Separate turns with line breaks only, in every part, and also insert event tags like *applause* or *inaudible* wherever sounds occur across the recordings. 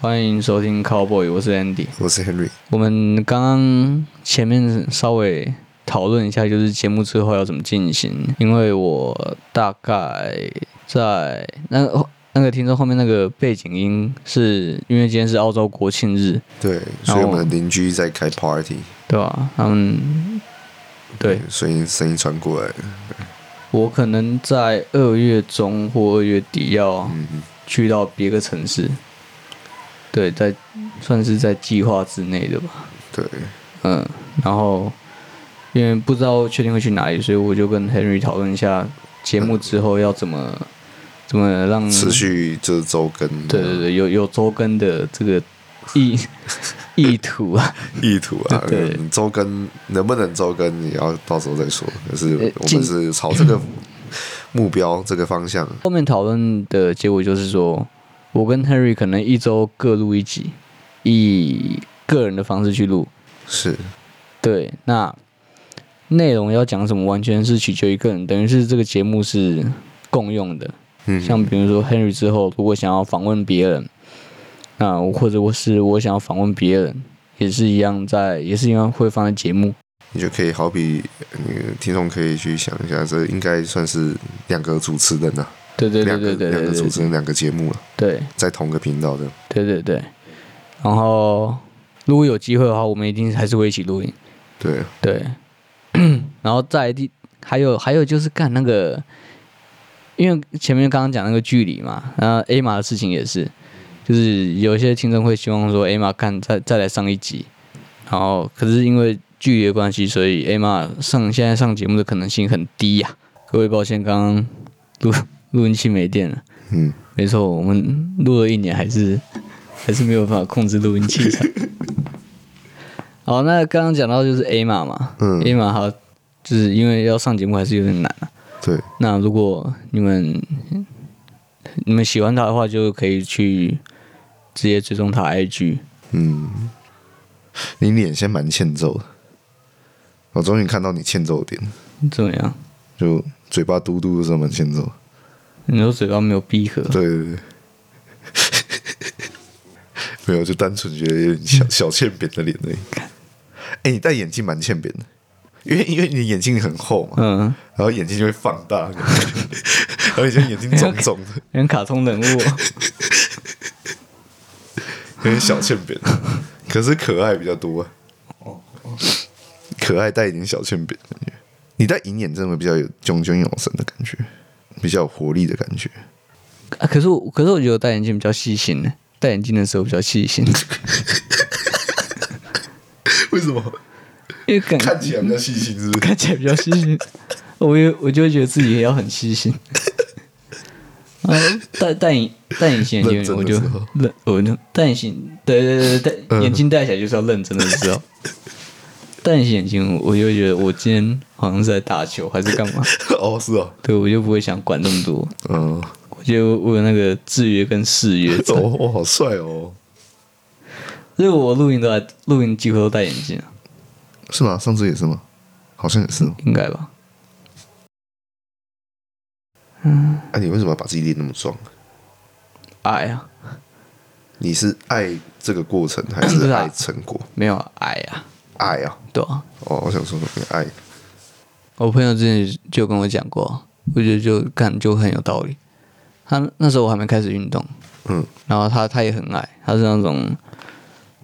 欢迎收听 Cowboy，我是 Andy。
我是 Henry。
我们刚刚前面稍微讨论一下，就是节目之后要怎么进行，因为我大概在那那个听众后面那个背景音是因为今天是澳洲国庆日，
对，所以我们的邻居在开 party，
对吧、他们对
所以声音传过来了。
我可能在二月中或二月底要
嗯嗯，
去到别个城市，对，在算是在计划之内的吧。
对，
嗯，然后因为不知道确定会去哪里，所以我就跟 Henry 讨论一下节目之后要怎么怎么让
持续这周更。
对对对有有周更的这个
*laughs*
意意图啊，
意图啊，
对
嗯周更能不能周更，也要到时候再说。可是
呃
我
进
们是朝这
*laughs*
个目标、这个方向。
后面讨论的结果就是说，我跟 Henry 可能一周各录一集，以个人的方式去录。
是，
对，那内容要讲什么，完全是取决于个人，等于是这个节目是共用的。
嗯，
像比如说 Henry 之后，如果想要访问别人，那我或者我是我想要访问别人，也是一样在，也是一样会放在节目。
你就可以好比那个听众可以去想一下，这应该算是两个主持人啊，
对对对
两
对
个
对
两
对
个主
对
持人两个节目了，
对
在同个频道的。
对对对。然后如果有机会的话，我们一定还是会一起录音。
对，
对， *clears throat* 然后再来第还有还有就是干那个，因为前面刚刚讲那个距离嘛，然后 A 码的事情也是，就是有一些听众会希望说 A 码干再再来上一集，然后可是因为距离的关系，所以 A 码上现在上节目的可能性很低呀、各位抱歉，刚刚录录音器没电了，
嗯，
没错，我们录了一年还是 *laughs* 还是没有办法控制录音器材。好，那刚刚讲到就是 A 码嘛，
嗯
，A 码好，就是因为要上节目还是有点难、啊、
对，
那如果你们你们喜欢他的话，就可以去直接追踪他 IG。
嗯，你脸先蛮欠揍的，我终于看到你欠揍的点，
怎么样？
就嘴巴嘟嘟的时候蛮欠揍的。
你说嘴巴没有闭合，
对对对，没有，就单纯觉得有点小小欠扁的脸而已。哎、你戴眼镜蛮欠扁的，因为因为你眼镜很厚嘛，
嗯，
然后眼睛就会放大， *laughs* 然后以前眼睛肿肿的，
很卡通人物
*laughs*
哦、
有点小欠扁，可是可爱比较多、啊。可爱带一点小欠扁的感觉，你戴银眼真的会比较有炯炯有神的感觉，比较有活力的感觉。
啊。可是我可是我觉得我戴眼镜比较细心呢，戴眼镜的时候比较细
*laughs*
心，
为什么
因为感
看起来比较细心？是不是？
看起来比较细心，我也我就会觉得自己也要很细心。 *laughs* 啊，戴戴隐戴隐形眼镜，我
认
就
真的时候嗯
认我就戴隐形，对对对对，戴眼镜戴起来就是要认真的时候。 *laughs* 戴隐形眼镜，我就会觉得我今天好像是在打球还是干嘛，
*laughs*
*laughs*
哦，是哦，
对我就不会想管这么多。
嗯。
我觉得我有那个制约跟誓约，
哦，
*laughs* 所
我好帅哦！
以我录音都在录音几乎都戴眼镜啊，
是吗？上次也是吗？好像也是哦。
应该吧？
哎、你为什么要把自己练那么壮？
矮啊，
你是爱这个过程，还
不是
是
啊
爱成果？
没有啊矮啊，
爱啊！
对啊，
哦，我想说你爱，
我朋友之前就跟我讲过，我觉得就感就很有道理。他那时候我还没开始运动，
嗯，
然后他他也很矮，他是那种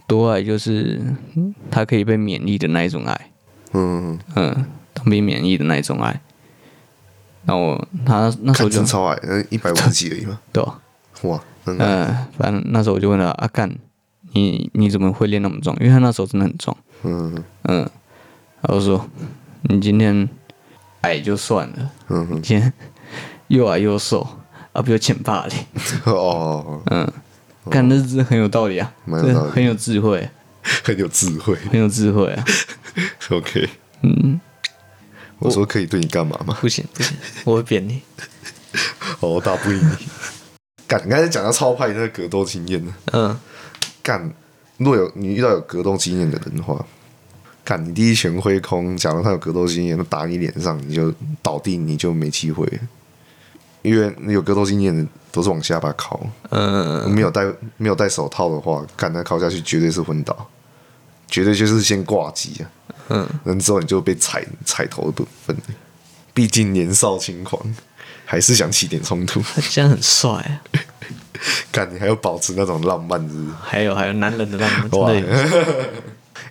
多矮就是嗯他可以被免疫的那一种矮，
嗯，
嗯，当兵免疫的那一种矮。那我他那时候就
看真超爱，那一百五十几而已嘛，
对啊、
哇，真的，
嗯、反正那时候我就问他阿干、你你怎么会练那么重？因为他那时候真的很重，
嗯
嗯，他就说你今天矮就算了，
嗯，
今天又矮又瘦啊，不就欠霸凌？
哦，
嗯，看这是很有道理啊，
蛮有
这
道理
很有智慧，
很有智慧。
很有智慧啊！
OK，
嗯，
我说可以对你干嘛吗？
不行不行，我会扁你。
哦，我打不赢你。干，你刚才讲到超派那个格斗经验呢？
嗯，
干，若有你遇到有格斗经验的人的话，干你第一拳挥空，假如他有格斗经验，那打你脸上你就倒地，你就没机会了。因为有格斗经验的都是往下巴靠，
嗯，
没有戴没有戴手套的话，干他靠下去绝对是昏倒，绝对就是先挂机啊。
嗯，
然后之后你就被踩踩头的分，毕竟年少轻狂，还是想起点冲突。 *laughs*
他这样很帅啊。
干，你还要保持那种浪漫是不是？
还有还有男人的浪漫，
哇
真的有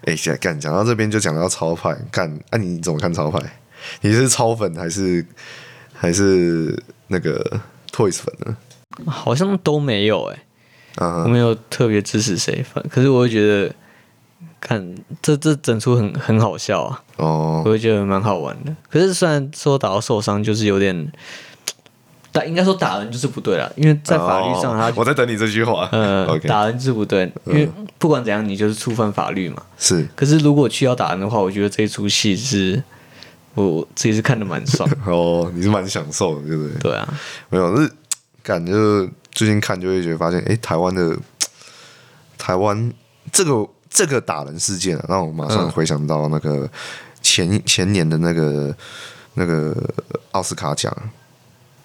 哎、现在干讲到这边就讲到超派，干，那、你怎么看超派？你是超粉还是还是那个 Toys 粉呢？
好像都没有哎、我
啊，
没有特别支持谁，反可是我会觉得，看这这整出很很好笑啊，我
哦，
会觉得蛮好玩的。可是虽然说打到受伤，就是有点，打应该说打人就是不对了，因为在法律上他、
哦我嗯在等你这句话。
呃
o k
打人就是不对，因为不管怎样你就是触犯法律嘛。
是
可是如果去要打人的话，我觉得这一出戏是我我自己是看的蛮
*laughs*
爽，
哦，你是蛮享受的，对不对？
对啊，
没有，是感觉就是最近看就会觉得发现，哎，台湾的台湾这个这个打人事件啊，让我马上回想到那个前、前年的那个那个奥斯卡奖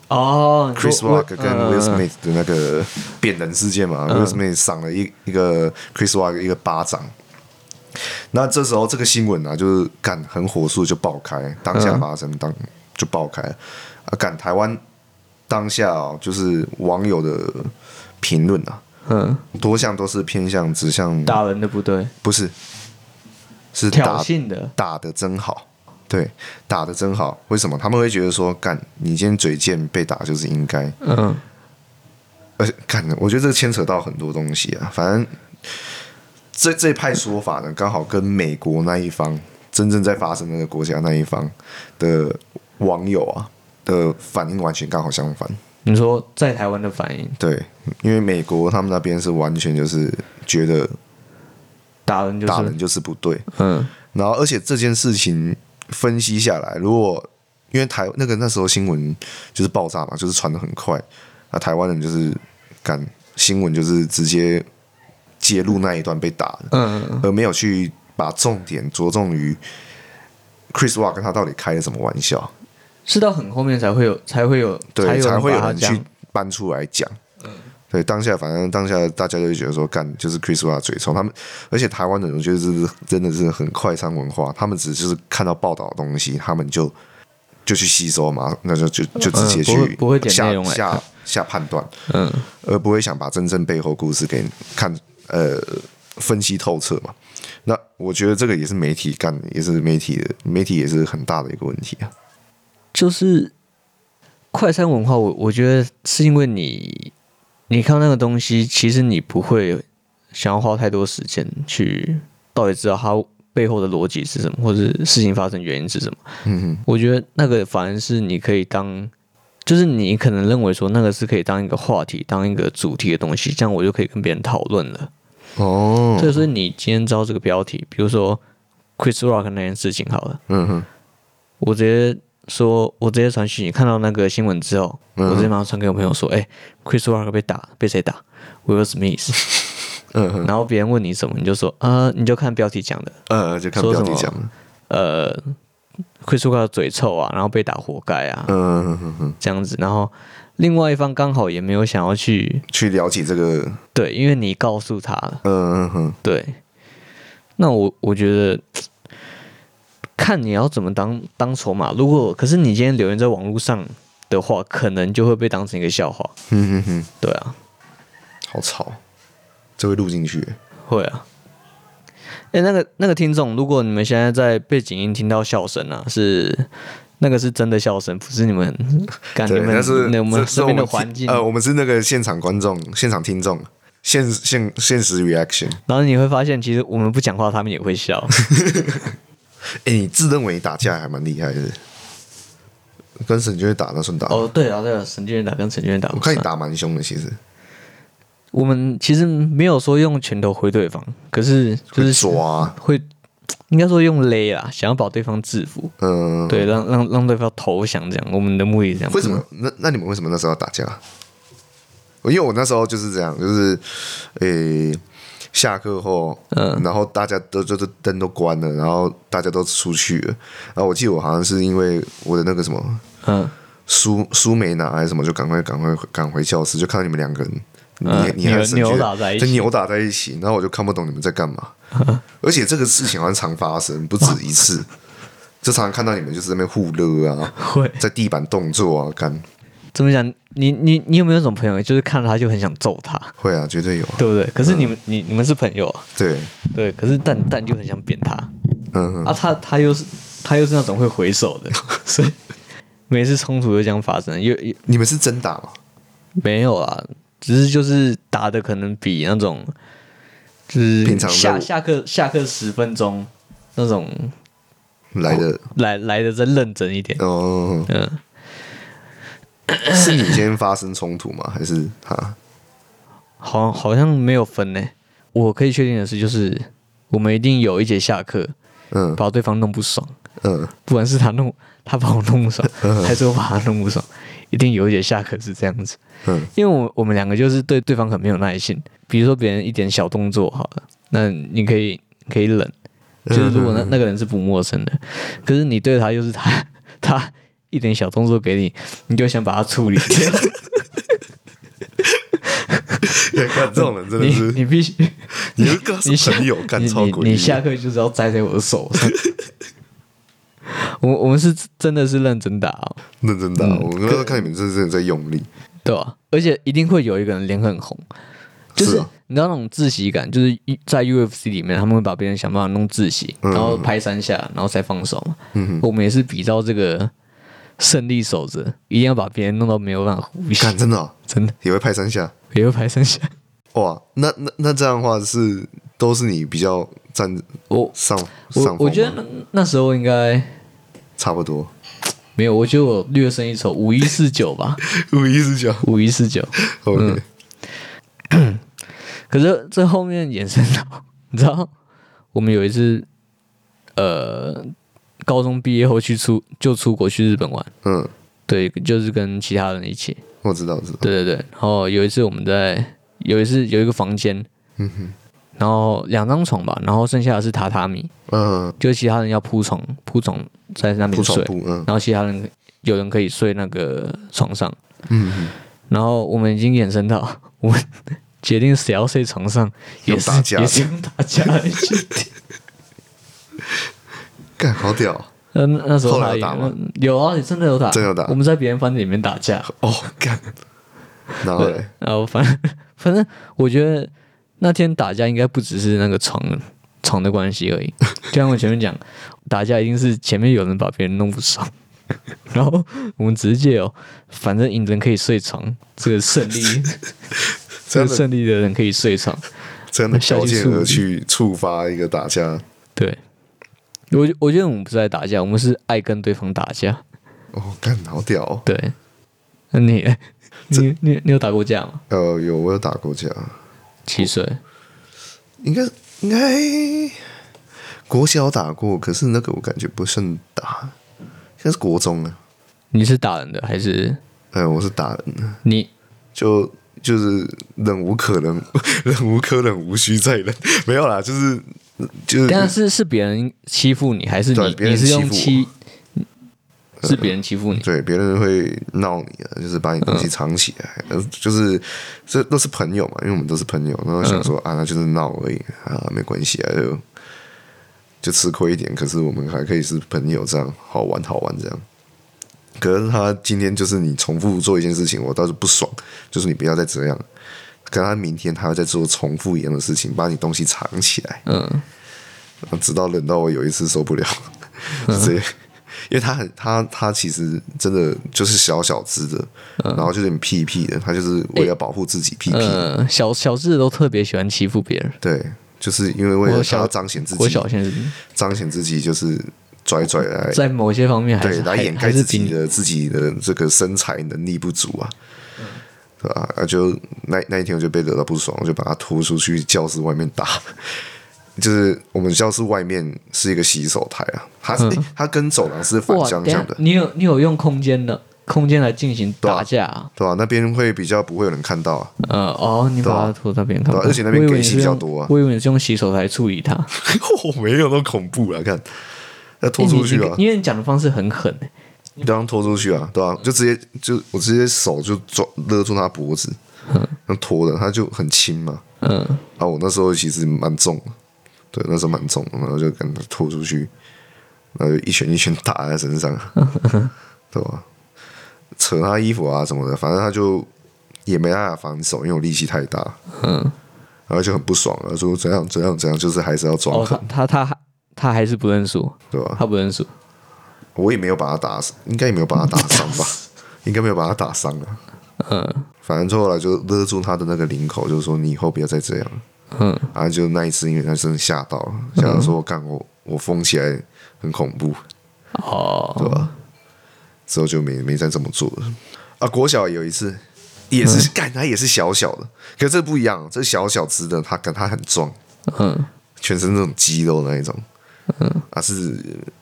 哦你说
，Chris
我
Rock 跟
嗯
Will Smith 的那个扁人事件嘛、w i l l Smith 赏了一一个 Chris Rock 一个巴掌。那这时候这个新闻啊，就是干很火速就爆开，当下发生、当就爆开了啊！干台湾当下哦，就是网友的评论啊，
嗯，
多项都是偏向指向
打人的不对，
不是，是
挑
打
衅的，
打的真好，对，打的真好。为什么他们会觉得说，干你今天嘴贱被打就是应该？
嗯
而且，看，我觉得这牵扯到很多东西啊。反正这这派说法呢，刚好跟美国那一方真正在发生那个国家那一方的网友啊的反应完全刚好相反。
你说在台湾的反应，
对，因为美国他们那边是完全就是觉得
打人就是
打人就是不对，
嗯
然后而且这件事情分析下来，如果因为台那个那时候新闻就是爆炸嘛，就是传的很快，那台湾人就是敢新闻就是直接揭露那一段被打的，
嗯
而没有去把重点着重于 Chris Rock 跟他到底开了什么玩笑，
是到很后面才会有才会有才
对，
有
才
人
会有
把它
人去
讲
搬出来讲。对，当下反正当下大家就会觉得说，干就是 Chris Rock 嘴臭，他们，而且台湾人我觉得是真的是很快餐文化，他们只就是看到报道的东西，他们就就去吸收嘛，那就就就直接
嗯不会
去
不会点
下
内容来
下
看
下判断，
嗯
而不会想把真正背后故事给你看呃分析透彻嘛。那我觉得这个也是媒体干，也是媒体的媒体也是很大的一个问题啊。
就是快餐文化我，我觉得是因为你你看到那个东西，其实你不会想要花太多时间去到底知道它背后的逻辑是什么，或者是事情发生原因是什么。
嗯
我觉得那个反而是你可以当，就是你可能认为说那个是可以当一个话题、当一个主题的东西，这样我就可以跟别人讨论了。
哼，哦，
所以说你今天知道这个标题，比如说 Chris Rock 那件事情好了，
嗯哼，
我直接说，我直接传讯息，看到那个新闻之后，
嗯
我直接马上传给我朋友说，哎、c h r i s Rock 被打，被谁打？Will Smith。
*laughs* 嗯哼，
然后别人问你什么，你就说，呃，你就看标题讲的，
呃，就看
说
标
什
题
么
讲了，
呃，Chris Rock 嘴臭啊，然后被打活该啊，
嗯哼哼哼。
这样子，然后另外一方刚好也没有想要去
去了解这个，
对，因为你告诉他了，
嗯哼，
对。那我我觉得看你要怎么当当筹码。如果可是你今天留言在网络上的话，可能就会被当成一个笑话。
嗯哼哼，
对啊，
好吵，这会录进去，
会啊。哎、那个那个听众，如果你们现在在背景音听到笑声啊，是那个是真的笑声，不啊是你
*laughs*
们感觉
对，
们
但是
那我们
这是
身
我
边
们
的
听
环境，
呃，我们是那个现场观众、现场听众、现现现实 reaction。
然后你会发现，其实我们不讲话，他们也会
*laughs*
笑。
哎，你自认为你打架还蛮厉害的，跟沈俊打那算打吗，
哦，对啊，对啊，神经元打跟神经元打不
我
算，
看你打蛮凶的，其实
我们其实没有说用拳头挥对方，可是就是
会抓，
会，应该说用勒啦，想要把对方制服，
嗯，，
对，让让让对方投降这样。我们的目的是这样。
为什么？那那你们为什么那时候要打架？因为我那时候就是这样，就是，诶、下课后，嗯，然后大家都就是灯都关了，然后大家都出去了，然后我记得我好像是因为我的那个什么
嗯？
书书没拿还是什么，就赶快赶快赶回教室，就看到你们两个人，你、
嗯
你还
扭
生气了
扭打在一起
就扭打在一起，然后我就看不懂你们在
*laughs*
干嘛。而且这个事情好像常发生，不止一次，就常常看到你们就是在那边互勒
*laughs*
啊，
会
在地板动作啊，干
怎么讲？你你你有没有一种朋友，就是看到他就很想揍他， *laughs*
会啊，绝对有、啊，
对不对？可是你们、你你们是朋友啊，
对，
对，可是蛋蛋就很想扁他
嗯哼
啊，他他又是他又是那种会回手的，所以每次冲突就这样发生，又又
你们是真打吗？
没有啊，只是就是打的可能比那种就是
平常
下
在
下课下课十分钟那种
来的
来来的再认真一点，
哦，
嗯。
是你先发生冲突吗？还是他？
好，好像没有分呢。我可以确定的是，就是我们一定有一节下课
嗯
把对方弄不爽，
嗯，
不管是他弄他把我弄不爽，还是我把他弄不爽，一定有一节下课是这样子。
嗯， *laughs*
因为我我们两个就是对对方很没有耐心，比如说别人一点小动作好了，那你可以可以忍，就是如果
嗯
那那个人是不陌生的，可是你对他就是他 *laughs* 他一点小动作给你，你就想把他处理掉。
看这种人真的
你
*laughs* 是，
你必须，
你就跟他是
你下
朋友干
你
超
你
诡异
你下课就是要栽在我的手上。 *laughs* 我我们是真的是认真打、哦，
认真打，我刚刚看你们真的真的在用力，
对吧、而且一定会有一个人脸很红，就是
是啊
你知道那种窒息感，就是一在 UFC 里面他们会把别人想办法弄窒息，
嗯
然后拍三下，然后才放手嘛。我们也是比照这个胜利守则，一定要把别人弄到没有办法呼吸，
看真的哦
真的
也会拍三下，
也会拍三下。
哇，那那那这样的话是都是你比较占
我
上哦上
我
风
我觉得
吗
那那时候应该
差不多，
没有，我觉得我略胜一筹，五一四九吧，
五一哦四九
五一四九。
，OK，
可是这后面衍生到，你知道，我们有一次，呃，高中毕业后去出就出国去日本玩，
嗯，
对，就是跟其他人一起，
我知道，我知道，
对对对。然后有一次我们在有一次有一个房间，
嗯哼，
然后两张床吧，然后剩下的是榻榻米，
嗯，
就是其他人要铺床铺床在那
不
边
床
睡，
铺，嗯
然后其他人有人可以睡那个床上，
嗯哼，
然后我们已经衍生到我们决定谁要睡床上，也
用
是
打架的
也是用打架来决
*laughs*
定。
干好屌哦
呃那那时候
后来
他
有打吗
也有啊，真的有打，
真有打
我们在别人房间里面打架，
哦，干，然后嘞
然后反 *laughs* 反正我觉得那天打架应该不只是那个床床的关系而已，就像我前面讲，打架一定是前面有人把别人弄不爽。 *laughs* 然后我们直接哦，反正赢人可以睡床，这个胜利，这个
这样的
胜利的人可以睡床，
这样的
下去
条件
处
而
理
去触发一个打架，
对，我觉我觉得我们不是在打架，我们是爱跟对方打架。
哦，干好屌哦，
对，那你呢你你你有打过架吗？
呃，有我有打过架，
七岁，
应该应该国小打过，可是那个我感觉不算打，应该是国中啊。
你是打人的还是
哎，我是打人的，
你？
就就是忍无可忍， *laughs* 忍无可忍，无需再忍。没有啦，就是就是
但是是别人欺负你，还是
对
你
别人
你是用
欺呃
欺？是别人欺负你，
对别人会闹你啊，就是把你东西藏起来，呃就是这都是朋友嘛，因为我们都是朋友，然后想说、啊，那就是闹而已啊，没关系啊，就就吃亏一点，可是我们还可以是朋友，这样好玩好玩这样。可是他今天就是你重复做一件事情，我倒是不爽，就是你不要再这样。可他明天还会再做重复一样的事情，把你东西藏起来，
嗯，
直到忍到我有一次受不了，就
嗯
*laughs* 直接，因为他很他他其实真的就是小小只的，
嗯
然后就有点屁屁的，他就是为
哎
了保护自己屁屁，
呃，小小智都特别喜欢欺负别人。
对，就是因为为
我
了他
小
要彰显自
我小
己，
现在
彰显自己就是拽拽来，
在某些方面还
对
是，
来
还
掩盖
还
自
是比
己
你
的自己的这个身材能力不足啊，
嗯
对吧、啊？就那那一天我就被惹到不爽，我就把他拖出去教室外面打。就是我们教室外面是一个洗手台啊，它是、诶它跟走廊是反
嗯哇！
相
等一下
向的，
你有你有用空间的空间来进行打架啊？
对吧、那边会比较不会有人看到啊， *laughs*
呃，哦，你把它拖到别人看
对
到，
啊而且那边
我以为
给
你
戏
是
比较
用
多啊
我以为你是用洗手台处
*laughs*
理它，
我没有那么恐怖啊，看要拖
欸你
出去
你
啊，
因为你讲的方式很狠欸，
你当拖出去啊，对吧、就直接就我直接手就抓勒住他脖子，
嗯
那拖的他就很轻嘛。
嗯，
啊，我那时候其实蛮重的，对，那时候蛮重的，然后就跟他拖出去，然后就一拳一拳打在他
*laughs*
身上，对吧、扯他衣服啊什么的，反正他就也没办法防守，因为我力气太大，嗯，然后就很不爽了，说怎样怎样怎样，就是还是要装
哦，
狠，
他他他还他还是不认输，
对吧、
他不认输，
我也没有把他打死，应该也没有把他打伤
*laughs*
吧，应该没有把他打伤啊。
嗯
反正后来就勒住他的那个领口，就说你以后不要再这样。
嗯，
然后啊就那一次，因为他真的吓到了，吓到说我干我我疯起来很恐怖，
哦，
对吧、啊之后就没没再这么做了。啊，国小有一次也是干、他也是小小的，可这不一样，这小小只的他干他很壮，
嗯，
全身那种肌肉那一种，嗯，啊是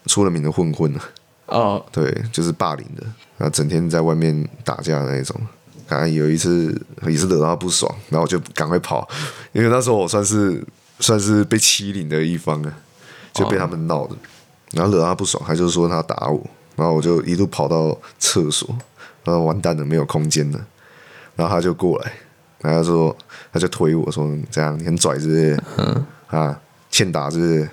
出了名的混混啊。
哦，
对，就是霸凌的，啊，整天在外面打架的那一种。反正有一次也是惹到他不爽，然后我就赶快跑，因为那时候我算是算是被欺凌的一方啊，就被他们闹的，然后惹到他不爽，他就说他打我，然后我就一路跑到厕所，然后完蛋了，没有空间了，然后他就过来，然后他说他就推我说这样你很拽是不是？啊，欠打是不是？然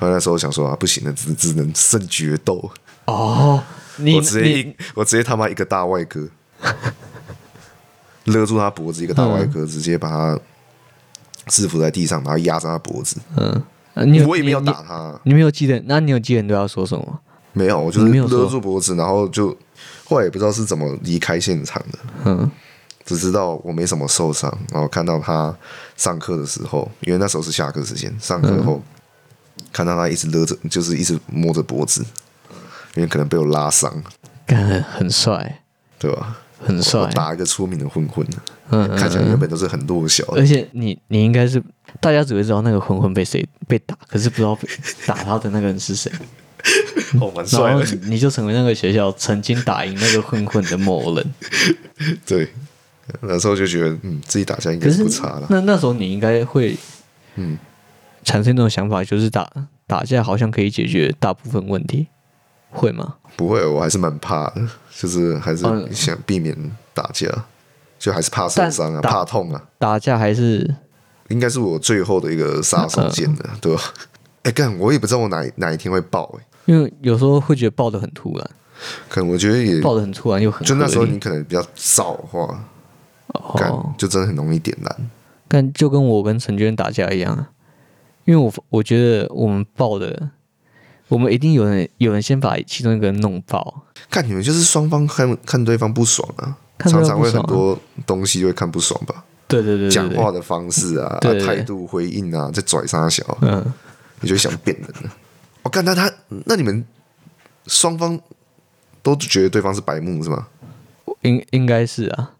后那时候想说啊，不行了，只只能胜决斗。
哦，你
我直接
你
一我直接他妈一个大外哥，勒住他脖子，一个大外
嗯
哥，直接把他制服在地上，然后压着他脖子。
嗯，呃你
我也没有
你
打他，
你没有记得？那你有记得你对他说什么吗？
没有，我就是
你没有说
勒住脖子，然后就后来也不知道是怎么离开现场的，
嗯
只知道我没什么受伤。然后看到他上课的时候，因为那时候是下课时间，上
嗯
课后、看到他一直勒着，就是一直摸着脖子，因为可能被我拉伤，
感觉很帅，
对吧？
很帅
我。打一个出名的混混。
嗯，嗯
看起来原本都是很弱小的
而，且你你应该是大家只会知道那个混混被谁被打，可是不知道被打他的那个人是谁。
哦，蛮
然
*laughs* 帅
后
的。
你你就成为那个学校曾经打赢那个混混的某
*laughs*
人。
对，那时候就觉得，嗯，自己打架应该
可
是
是
不差了。
那那时候你应该会
嗯，
产生一种想法，就是打打架好像可以解决大部分问题，会吗？
不会，我还是蛮怕的，就是还是
嗯
想避免打架，就还是怕受
但
伤啊，
打
怕痛啊，
打架还是
应该是我最后的一个杀手锏
嗯
的，对吧？哎、干，我也不知道我哪一哪一天会爆、哎，
因为有时候会觉得爆的很突然，
可能我觉得也，
爆的很突然又很
就那时候
合理
你可能比较燥的话，干、
哦，
就真的很容易点燃。
但就跟我跟陈娟打架一样啊，因为我我觉得我们爆的，我们一定有人有人先把其中一个人弄爆，
看你们就是双方看看对方不爽啊，
看对
常
方
常
不
会很
爽啊
多东西会看不爽吧。
对对对
讲
对
话
对，
的方式啊、
对对
啊
对
态度、回应啊，在拽啥小，
嗯，
你就想变人了。我、干，那他那你们双方都觉得对方是白目是吗？
应应该是啊，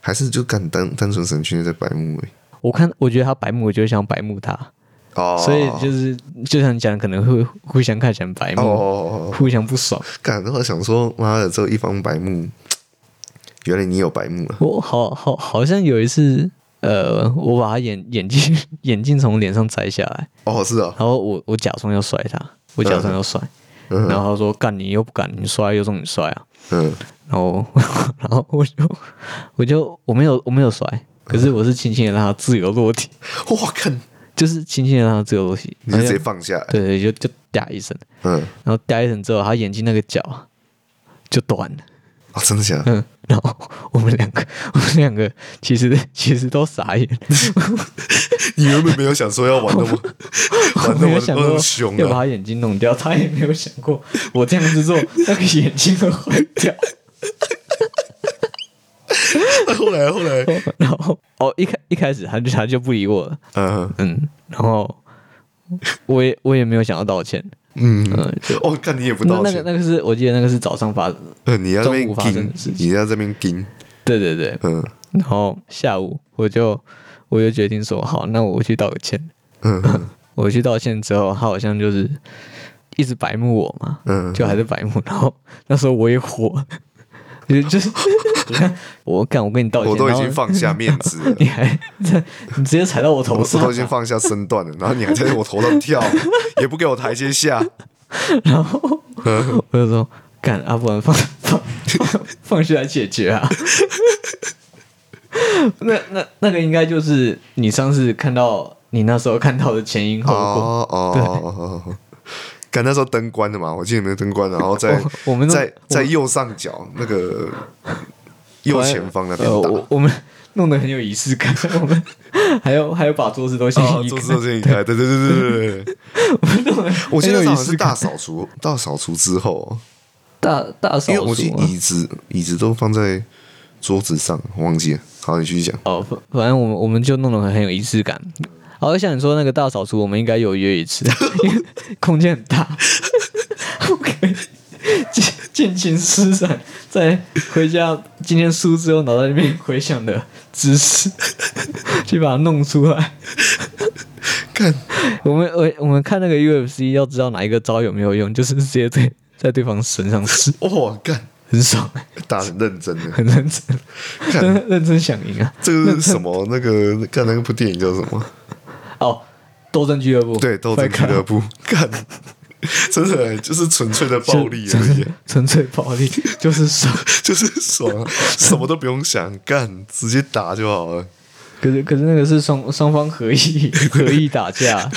还是就干单单纯神训在白目、欸？
我看我觉得他白目，我就想白目他，
哦，
所以就是就像你讲，可能会互相看起来白
哦
目，
哦，哦
互相不爽，
干，然后想说，妈的，只有一方白目，原来你有白目啊！
我好好好像有一次，呃，我把他眼眼镜 *laughs* 眼镜从脸上摘下来，
哦，是啊，
然后我我假装要摔他，我假装要摔，
嗯
然后他说干你又不敢，你摔又中你摔啊，
嗯，
然后 *laughs* 然后我就我就我没有我没有摔，可是我是轻轻的让他自由落体，
哇，看，
就是轻轻的让他自由落体，
你就直接
然后
放下来，
对对就就嗲一声，
嗯，
然后嗲一声之后，他眼睛那个角就断了。
哦，真的假的？
嗯，然后我们两个，我们两个其实其实都傻眼，
你原本没有想说要玩那
*laughs*
么
我
玩
没
那么
有想
那
过
么凶
要把
啊？
他眼睛弄掉，他也没有想过我这样子做，那个眼睛会坏掉。
*laughs* 后来后来，
然后哦，一开一开始他就他就不理我了，
嗯
嗯，然后我也我也没有想要道歉，
嗯，
嗯，就
哦，看你也不
那
道
那
歉，
个那个是我记得那个是早上发的，
呃，你要这边
中午发生的事
盯，你要这边盯，
对对对，
嗯
然后下午我就我就决定说好，那我去道个歉，
嗯
我去道歉之后，他好像就是一直白目我嘛，
嗯，
就还是白目。然后那时候我也火， *laughs* 就就是 *laughs* 我干，我跟你道歉，
我都已经
然后，
放下面子了
*laughs* 你还你直接踩到我头
我
上，
都已经放下身段了，然后你还
*laughs*
在我头上跳，也不给我台阶下，
然后我就说干啊，不然放放放放下来解决啊。 *laughs* 那那那个应该就是你上次看到你那时候看到的前因后果。
哦哦哦，赶那时候灯关了嘛，我记得那个灯关了，然后在
*laughs* 我我们都
在
我
在右上角
*laughs*
那个右前方那边
呃，
打，
我我们弄得很有仪式感， *laughs* 我们还要还要把桌子都先
哦
移，
桌子
开，
都先移开，对对对对对
*laughs*
对对。我记得好像是大扫除，大扫除之后，
大大扫
因为我记
除
得
啊。
椅子椅子都放在桌子上，我忘记了。好，你继续讲。
哦，反反正我们我们就弄得很有仪式感。好，像你说那个大扫除，我们应该有约一次， *laughs* 因为空间很大，我可以尽尽情施展，在回家今天输之后脑袋里面回想的知识，去把它弄出来。
看，
我们我我们看那个 UFC，要知道哪一个招有没有用，就是直接对在对方身上试，
哇，看，
很爽， *laughs*
打得很认真的，
很认真，
看
认认真想赢啊！
这个是什 *laughs* 么？那个看那部电影叫什么？
哦，斗争俱乐部，
对，斗争俱乐部， *laughs* 干，真的欸就是纯粹的暴力啊而
纯
已
纯，纯粹暴力，就是爽。 *laughs*
*laughs* 就是爽啊，什么都不用想，干，直接打就好了。
可是可是那个是双双方合意合意打
*laughs*
架，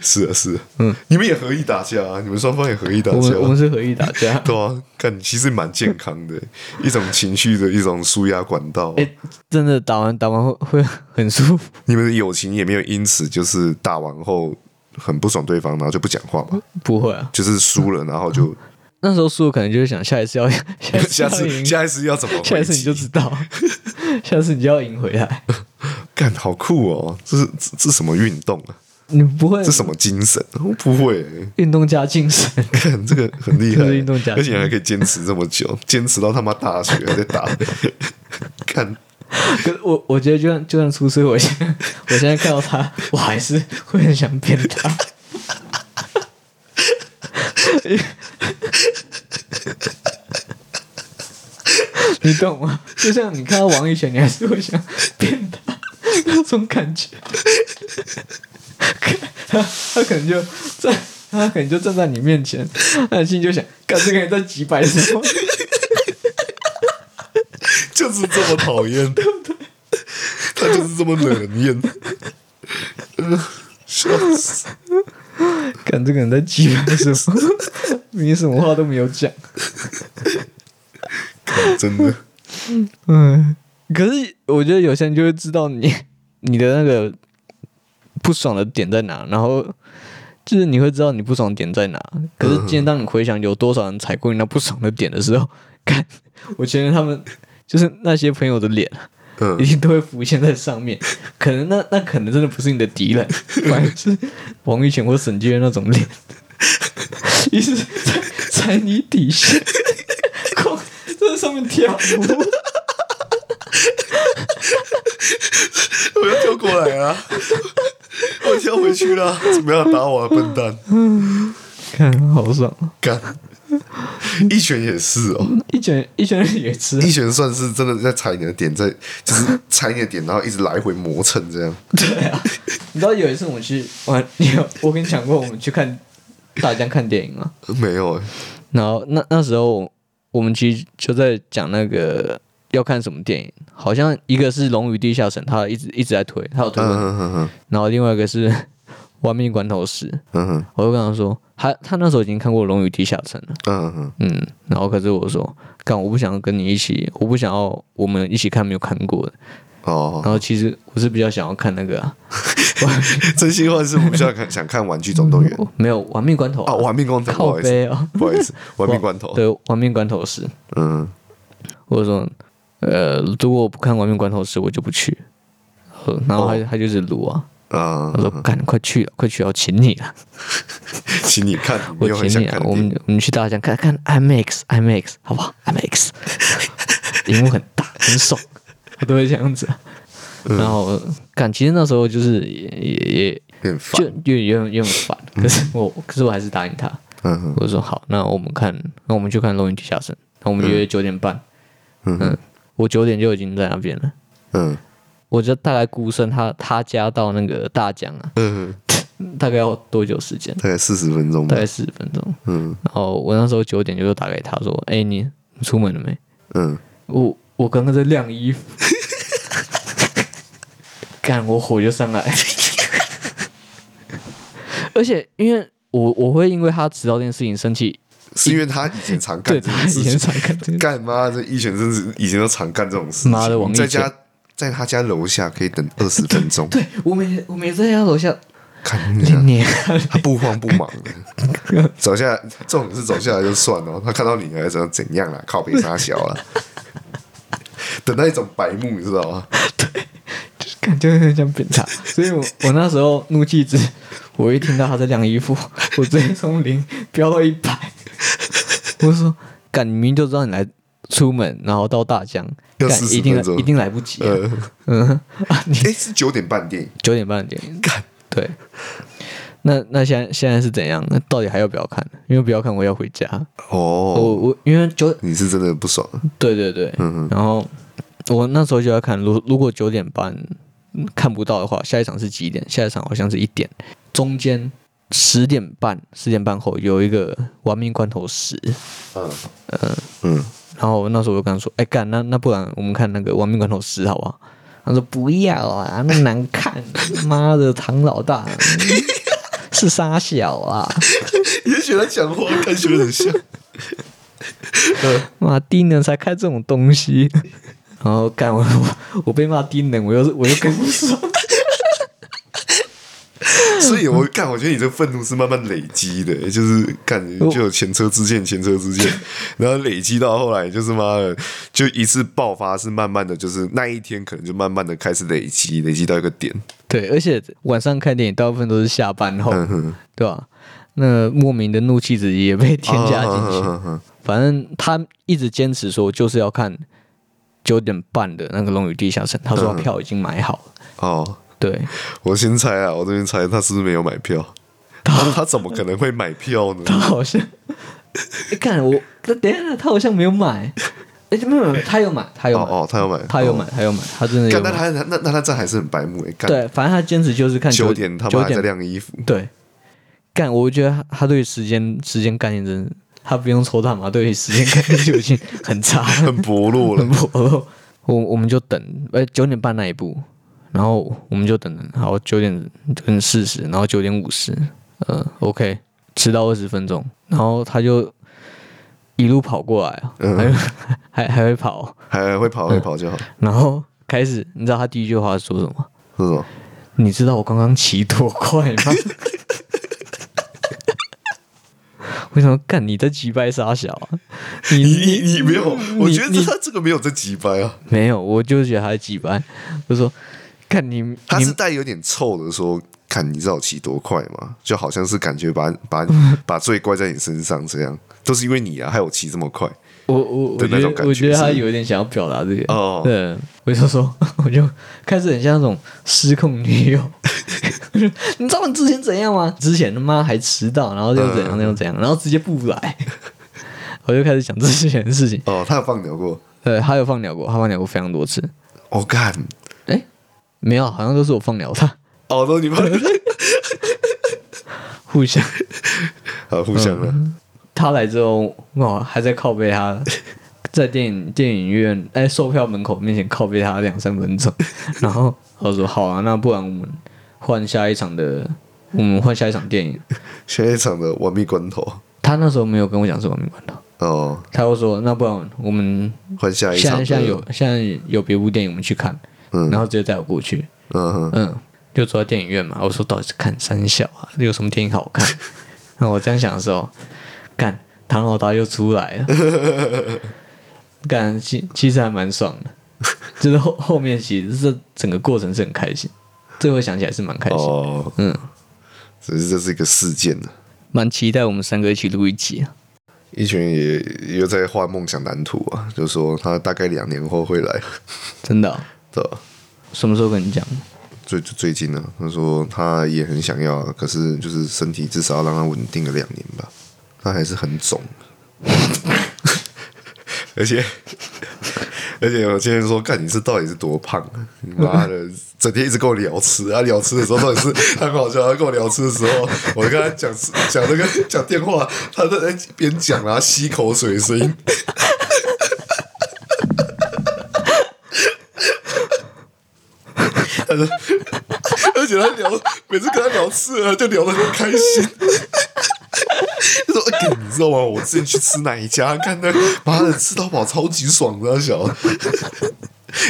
是啊，是啊，
嗯，
你们也合意打架啊，你们双方也合意打
我
架
们我们
啊。
是合意打
*laughs*
架。
对啊，看其实蛮健康的，欸一种情绪的一种舒压管道啊。
哎、真的打完打完会会很舒服，
你们的友情也没有因此就是打完后很不爽对方，然后就不讲话嘛，
不会啊。
就是输了，然后就
嗯
*laughs*
那时候输了，可能就是想下一次要下一次
下
要
次
赢，
*laughs* 下一次要怎么回击？
下一次你就知道， *laughs* 下次你就要赢回来。
干，好酷哦！这是这这什么运动啊？
你不会
这什么精神？我不会欸，
运动加精神，
看这个很厉害
这是运动家，
而且还可以坚持这么久，坚持到他妈大学还在打。 *laughs* 看，
可是我我觉得就算就算出事， *laughs* 我现在我现在看到他，我还是会很想扁他。你懂吗？就像你看到王一璇，你还是会想扁他那种感觉。 *laughs* 他他可能就站，他可能就站在你面前，他的心就想，干这个人在几百什么？
就是这么
*laughs*
讨厌，他就是这么惹人厌。嗯 *laughs* 笑死！
看这个人在鸡巴什么？ *laughs* 你什么话都没有讲。
看真的，
嗯，可是我觉得有些人就会知道你 *laughs* 你的那个不爽的点在哪，然后就是你会知道你不爽的点在哪。可是今天当你回想有多少人踩过你那不爽的点的时候， *laughs* 看，我觉得他们就是那些朋友的脸啊一
嗯，
定都会浮现在上面。可能那那可能真的不是你的敌人，反而是王一璇或沈剧的那种脸，一直在踩你底线，空在上面跳舞。
*laughs* 我要跳过来啊！我跳回去啦！怎么样打我啊，笨蛋？
看，好爽！
干，一拳也是哦。
一拳 *laughs* 一拳也吃，
一拳算是真的在踩你的点，在就是踩你的点，然后一直来回磨蹭这样。
对啊。你知道有一次我们去玩， *laughs* 你有我跟你讲过，我们去看大江看电影吗？
没有、欸，
然后那那时候我我们其实就在讲那个要看什么电影，好像一个是《龙与地下城》，他一直一直在推，他有推
嗯
文，
哼哼哼，
然后另外一个是 *laughs* 《玩命关头时》，
嗯哼
我就跟他说，他他那时候已经看过《龙与地下城》了。
嗯哼，
嗯，然后可是我说，干，我不想跟你一起，我不想要我们一起看没有看过的，然
哦，
后其实我是比较想要看那个、啊，
真心话是我比较看想看《玩具总动员》
我没有哦玩命关头
*laughs* 啊，《玩命 *laughs* 关头》不
靠
好意思，
背啊，
不好
*laughs*
意思，《玩命关头》
对，玩命关头时，
嗯，
我说，呃，如果我不看玩命关头时，我就不去。呃然后他、
哦
他就是撸啊，
啊
他，说干，快去啊，快去啊，我请你啊，
请你看，你
我
又很
请
想
你啊
看，的
我
电影，
们我们去大江看看 IMAX IMAX 好不好？IMAX，荧幕很大，很
*laughs*
爽，我都会这样子啊。
嗯
然后干，其实那时候就是也也也
有点烦
就，有有有点烦，可是我可是我还是答应他，
嗯哼，
我就说好，那我们看，那我们去看《龙与地下城》，那我们约九点半，
嗯
嗯，我九点就已经在那边了，
嗯
我就大概估算他他家到那个大江啊，
嗯，
*laughs* 大概要多久时间？
大概四十分钟吧
大。概四十分钟。
嗯
然后我那时候九点就打给他说：“哎、你你出门了没？
嗯，
我我刚刚在晾衣 *laughs* 服，干我火就上来， *laughs* 而且因为我我会因为他迟到这件事情生气，
是因为他以前常干
对
这
他
种
以前
事情。
常干这件事，
干妈这以前真是以前都常干这种事情。
妈的王一
在
泉
家在他家楼下可以等二十分钟，
对 *laughs* 我每我每次在他楼下
看你啊
*laughs* 练你啊，
他不慌不忙的，走下来，这种事走下来就算了，他看到你还怎怎样啦，靠北撒小啦， *laughs* 等到一种白目，你知道吗？
感觉很像变态，所以我我那时候怒气值，我一听到他在晾衣 *laughs* 服，我直接从零飙到一百，我就说干，你明明就知道你来出门，然后到大江，
要
干
40
一定来
分钟
一定来不及啊、
呃，
嗯啊，你
哎、是九点半电影，
九点半的电影看，对。那那现在现在是怎样？那到底还要不要看？因为不要看，我要回家。
哦，
我我因为九
你是真的不爽，啊
对对对，
嗯
然后我那时候就要看，如如果九点半嗯看不到的话，下一场是几点？下一场好像是一点，中间十点半、十点半后有一个《亡命关头十》，
嗯 *laughs* 嗯
然后那时候我就跟他说：“哎、干，那那不然我们看那个《亡命关头十》好不好？”他说：“不要啊，那难看，妈的，唐老大 *laughs* 是沙小啊，
你就觉得他讲话跟学得很像，
妈低能才看这种东西。” *laughs* 然后干我我我被骂低能，我又是我又
*laughs*
跟不上。
所以我干，我觉得你这愤怒是慢慢累积的，就是干就有前车之鉴，前车之
*laughs*
鉴，然后累积到后来就是妈的，就一次爆发是慢慢的，就是那一天可能就慢慢的开始累积，累积到一个点，
对，而且晚上看电影大部分都是下班后，
嗯哼，
对吧？那莫名的怒气值也被添加进去。
嗯哼
反正他一直坚持说就是要看九点半的那个《龙与地下城》，他
嗯
说他票已经买好了。
哦，
对，
我先猜啊，我这边猜他是不是没有买
*laughs*
票？他他怎么可能会买票呢？
他好 *laughs* 像，你看我，等一下他好像没有买，哎、没有没有，他有买，他有
哦
买，
哦，他有买，
他有买，
哦。
他有买，他真的有
干，那
买。
他那那那他这还是很白目哎，干
对，反正他坚持就是看
九
点
点他
九
妈还在
点
晾衣服，
对，干，我觉得他他对时间时间概念真的，他不用抽大麻，对时间概念就已经很差很
很薄弱了。
薄弱。 *laughs* 我我们就等，呃，九点半那一步，然后我们就等，好，九点九点四十，然后九点五十，呃，OK，迟到二十分钟，然后他就一路跑过来啊，
嗯
还还还会跑，
还会跑会跑就好，
然后开始，你知道他第一句话说什么吗？
是什么？
你知道我刚刚骑多快吗？ *laughs* 为什么干你在击败沙小啊？你
你你你没有，我觉
你
得他这个没有这几掰啊，
*laughs* 没有，我就觉得他在击败。 *laughs* 我说干你，你
他是带有点臭的说，看你知道我骑多快吗？就好像是感觉把
*laughs*
把把罪怪在你身上这样，都是因为你啊，害我骑这么快。
我我我
的那
觉
种感
得
觉
我觉得他
是不是
有一点想要表达这个
哦
对，我就说 *laughs* 我就开始很像那种失控女
*laughs*
友。我就你知道你之前怎样吗？之前他妈还迟到，然后又怎样
嗯
又怎样，然后直接不来， *laughs* 我就开始想之前的事情。
哦，他有放鸟过，
对，他有放鸟过，他放鸟过非常多次。
哦干，
哎，没有，好像都是我放鸟他，
哦
*laughs*
都你们
互相。
啊互相了，
嗯他来之后，我还在靠背他，在电影电影院哎售票门口面前靠背他两三分钟，然后我说好啊，那不然我们换下一场的，我们换下一场电影。
*laughs* 下一场的完命关头
他那时候没有跟我讲是亡命关头，
哦，
他又说那不然我们
换下一
现在
场的
现在有现在有别部电影我们去看，
嗯
然后直接带我过去，
嗯哼
嗯，就走到电影院嘛。我说到底是看三小啊，有什么电影好看？ *laughs* 那我这样想的时候，干唐老大又出来了， *laughs* 干其其实还蛮爽的，就是后后面其实这整个过程是很开心，最后想起来是蛮开心，
哦，
嗯，
只是这是一个事件呢。
蛮期待我们三个一起录一集啊。
一群人也也有在画梦想蓝图啊，就说他大概两年后会来，
真的哦、
对吧？
什么时候跟你讲？
最最近呢，他说他也很想要，可是就是身体至少要让他稳定个两年吧，他还是很肿， *laughs* 而且而且我今天说，看你是到底是多胖啊，你妈的，整天一直跟我聊吃，啊聊吃的时候到底是 *laughs* 很好笑，他跟我聊吃的时候，我就跟他讲吃讲那个讲电话，他在那边讲然后吸口水的声音，他说而且他聊每次跟他聊吃的就聊得很开心。 *laughs* 就说：“哎、你知道吗？我之前去吃哪一家，看那妈的吃到饱超级爽的、啊，小。 *laughs*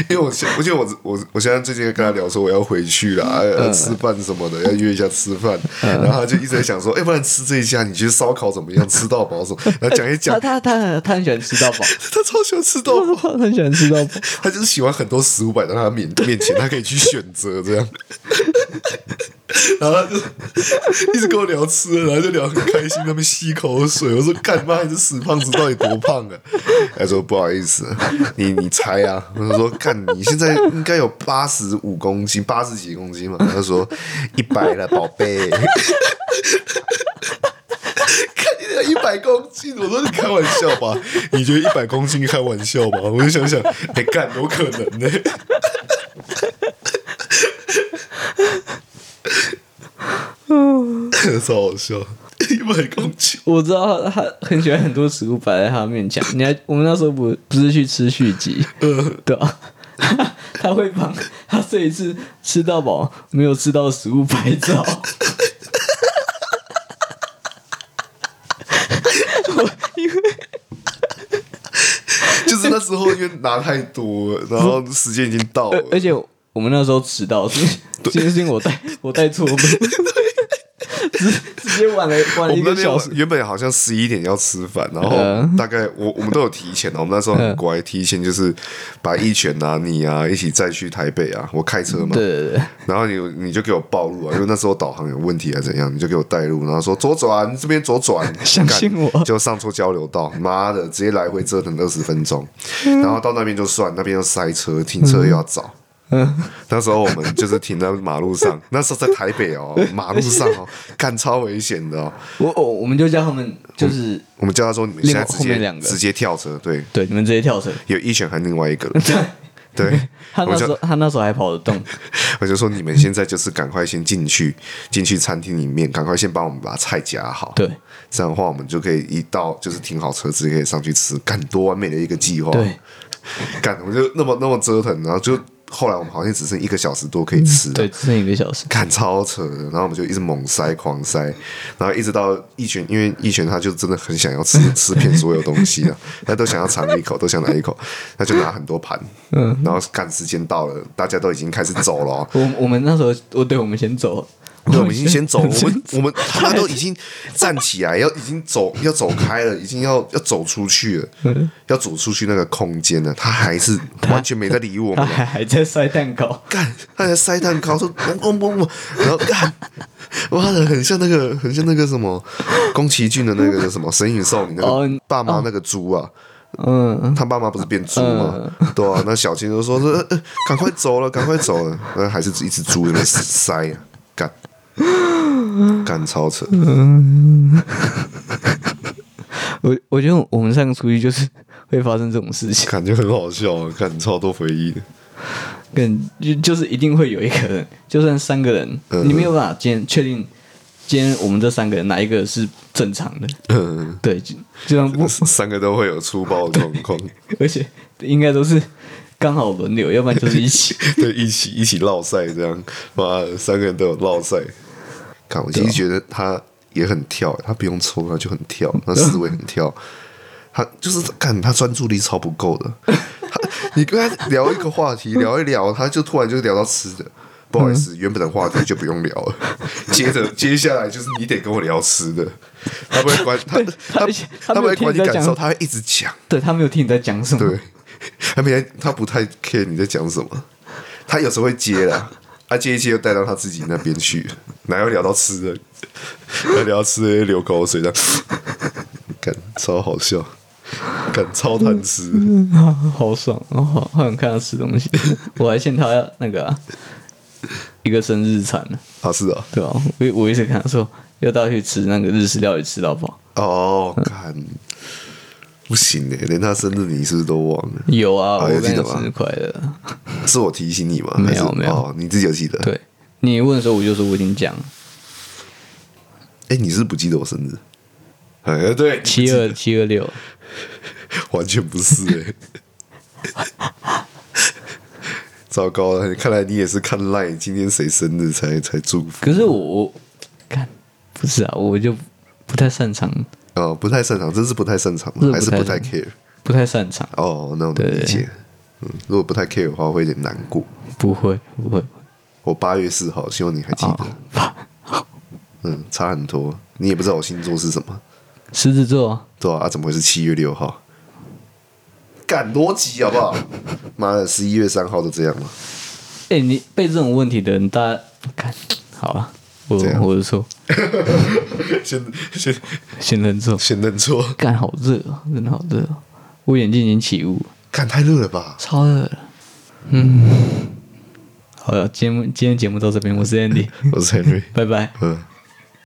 因为我现，而且我我我现在最近跟他聊说我要回去了，哎要吃饭什么的，要约一下吃饭。然后他就一直在想说，哎要、不然吃这一家，你去烧烤怎么样？吃到饱什么？然后讲一讲
他，他他他很喜欢吃到饱，
他超喜欢吃到饱，
*laughs* 他很喜欢吃到饱。
他就是喜欢很多食物摆在他面面前，他可以去选择这样。 *laughs* 然后他就一直跟我聊吃的，然后就聊很开心，他们吸口水。我说：“干妈，你这死胖子到底多胖啊？”他说：“不好意思，你你猜啊？”我说：“干，你现在应该有八十五公斤，八十几公斤嘛？”他说：“一百了，宝贝。”一百公斤，我说你开玩笑
*laughs*
吧？你觉得一百公斤开玩笑吧？我就想想，哎、干有可能呢、 *laughs* 超好笑，一百公斤，
我知道他他很喜欢很多食物摆在他面前。你还我 *coughs* 们那时候不不是去吃续集，
呃
对吧、 *laughs* 他会帮他这一次吃到饱没有吃到食物拍照。
就是那时候因为拿太多，然后时间已经到
而
了，
*laughs* 而且我们那时候迟到是这件事情，我带我带错
*laughs*
门，直直接晚了晚
我
了一
们那
个
天
小
晚
时。
原本好像十一点要吃饭，然后
嗯
大概我我们都有提前的，我们那时候很
嗯
乖，提前就是把一拳啊你啊一起再去台北啊，我开车嘛，
对对对，
然后你你就给我暴露啊，因为那时候导航有问题还是怎样，你就给我带路，然后说左转，这边左转，
*laughs* 相信我
干就上错交流道，妈的，直接来回折腾二十分钟，
嗯
然后到那边就算，那边又塞车，停车又要找。那时候我们就是停在马
*laughs*
路上，那时候在台北哦，马路上哦，干超危险的哦。
我我我们就叫他们就是
我们叫他说你们现在
另外
直
后面
接
两个
直接跳车，对，
对你们直接跳绳。
有一拳还另外一个人，对，
*laughs* 他
我
那时
就
候他那时候还跑得动，
*laughs* 我就说你们现在就是赶快先进去，进去餐厅里面，赶快先帮我们把菜夹好。
对，
这样的话我们就可以一到就是停好车子，可以上去吃，干多完美的一个计划。
对，
干我就那么那么折腾，然后就后来我们好像只剩一个小时多可以吃
嗯
了。
对，只剩一个小时。
干超扯的，然后我们就一直猛塞狂塞，然后一直到一拳，因为一拳他就真的很想要
*laughs*
吃吃遍所有东西啊，他都想要尝一口，都想来一口，他就拿很多盘，嗯，然后赶时间到了，大家都已经开始走了、哦，
我我们那时候，我对我们先走，
*laughs* 对，我们已经先走，我们我们他妈都已经站起来，要已经走要走开了，已经要要走出去了，要走出去那个空间了，他还是完全没在理我
他
们。
还还在塞蛋糕，
干，他在塞蛋糕，说嗡嗡嗡嗡，然后干，妈的，很像那个，很像那个什么，宫崎骏的那个叫什么《神隐少女》那
哦
个
你
爸妈那个猪啊，
嗯，
他爸妈不是变猪吗？对啊，那小青就说：“呃呃赶快走了，赶快走了。”那还是一只猪在那边塞啊，干，干超扯，
我我觉得我们上个出去就是会发生这种事情，
感觉很好笑啊，干超多回忆的。
跟就就是一定会有一个人，就算三个人，
嗯
你没有办法今天确定今天我们这三个人哪一个是正常的，
嗯，
对，就就像不，
三个都会有粗暴的状况，
而且应该都是刚好轮流，要不然就是一
*laughs*
起。
对，一起一起落赛这样，妈的，三个人都有落赛。看，我其
啊
实觉得他也很跳，欸他不用抽，他就很跳，他思维很跳。他就是看他专注力超不够的。他你跟他聊一个话题，聊一聊，他就突然就聊到吃的。不好意思，原本的话题就不用聊了。接着接下来就是你得跟我聊吃的，他不会管他他
他他
他不
没
会
有听
管
你
你
在
感
讲
受，他会一直讲。
对他没有听你在讲什么，
对，他没他不太 care 你在讲什么，他有时候会接啦，他接一接又带到他自己那边去，哪有聊到吃的，哪有聊到吃的流口水的，干超好笑，干超贪吃，
好 *laughs* 好爽，哦、好好想看他吃东西。我还欠他那个啊、一个生日餐呢，
啊是啊，
对吧、我我一直跟他说要带他去吃那个日式料理吃到饱，
哦，干不行哎、连他生日你是不是都忘了？
有啊，
哦
我
有
跟
记
你
得
讲
吗
生日快乐。
是我提醒你吗？
没有
还是
没有
哦，你自己有记得？，
对你问的时候，我就说我已经讲了
哎、你是不是不记得我生日？哎，对，
七二七二六，
完全不是哎、糟糕了，看来你也是看赖今天谁生日才才祝福
可是我我看不是啊，我就不太擅长，
哦，不太擅长，真是不太擅长
真，的
还是
不
不
太
太 care
不太擅长，
哦，那我能理解。嗯，如果不太 care 的话，会有点难过。
不会不会
我八月四号，希望你还记得。
啊，吧
嗯，差很多，你也不知道我星座是什么，
*laughs* 狮子座
对啊，啊怎么会是七月六号？赶逻辑好不好？妈的，十一月三号都这样吗？
哎、你被这种问题的人，大家看好了，我
这样
我的错，
*laughs* 先 *laughs* 先
先认错。
先认错，
干好热啊，真的好热啊！我眼睛已经起雾，
看太热了吧？
超热了。嗯，好了，节目今天节目到这边，我是 Andy，
我是 Henry，
拜拜。
嗯。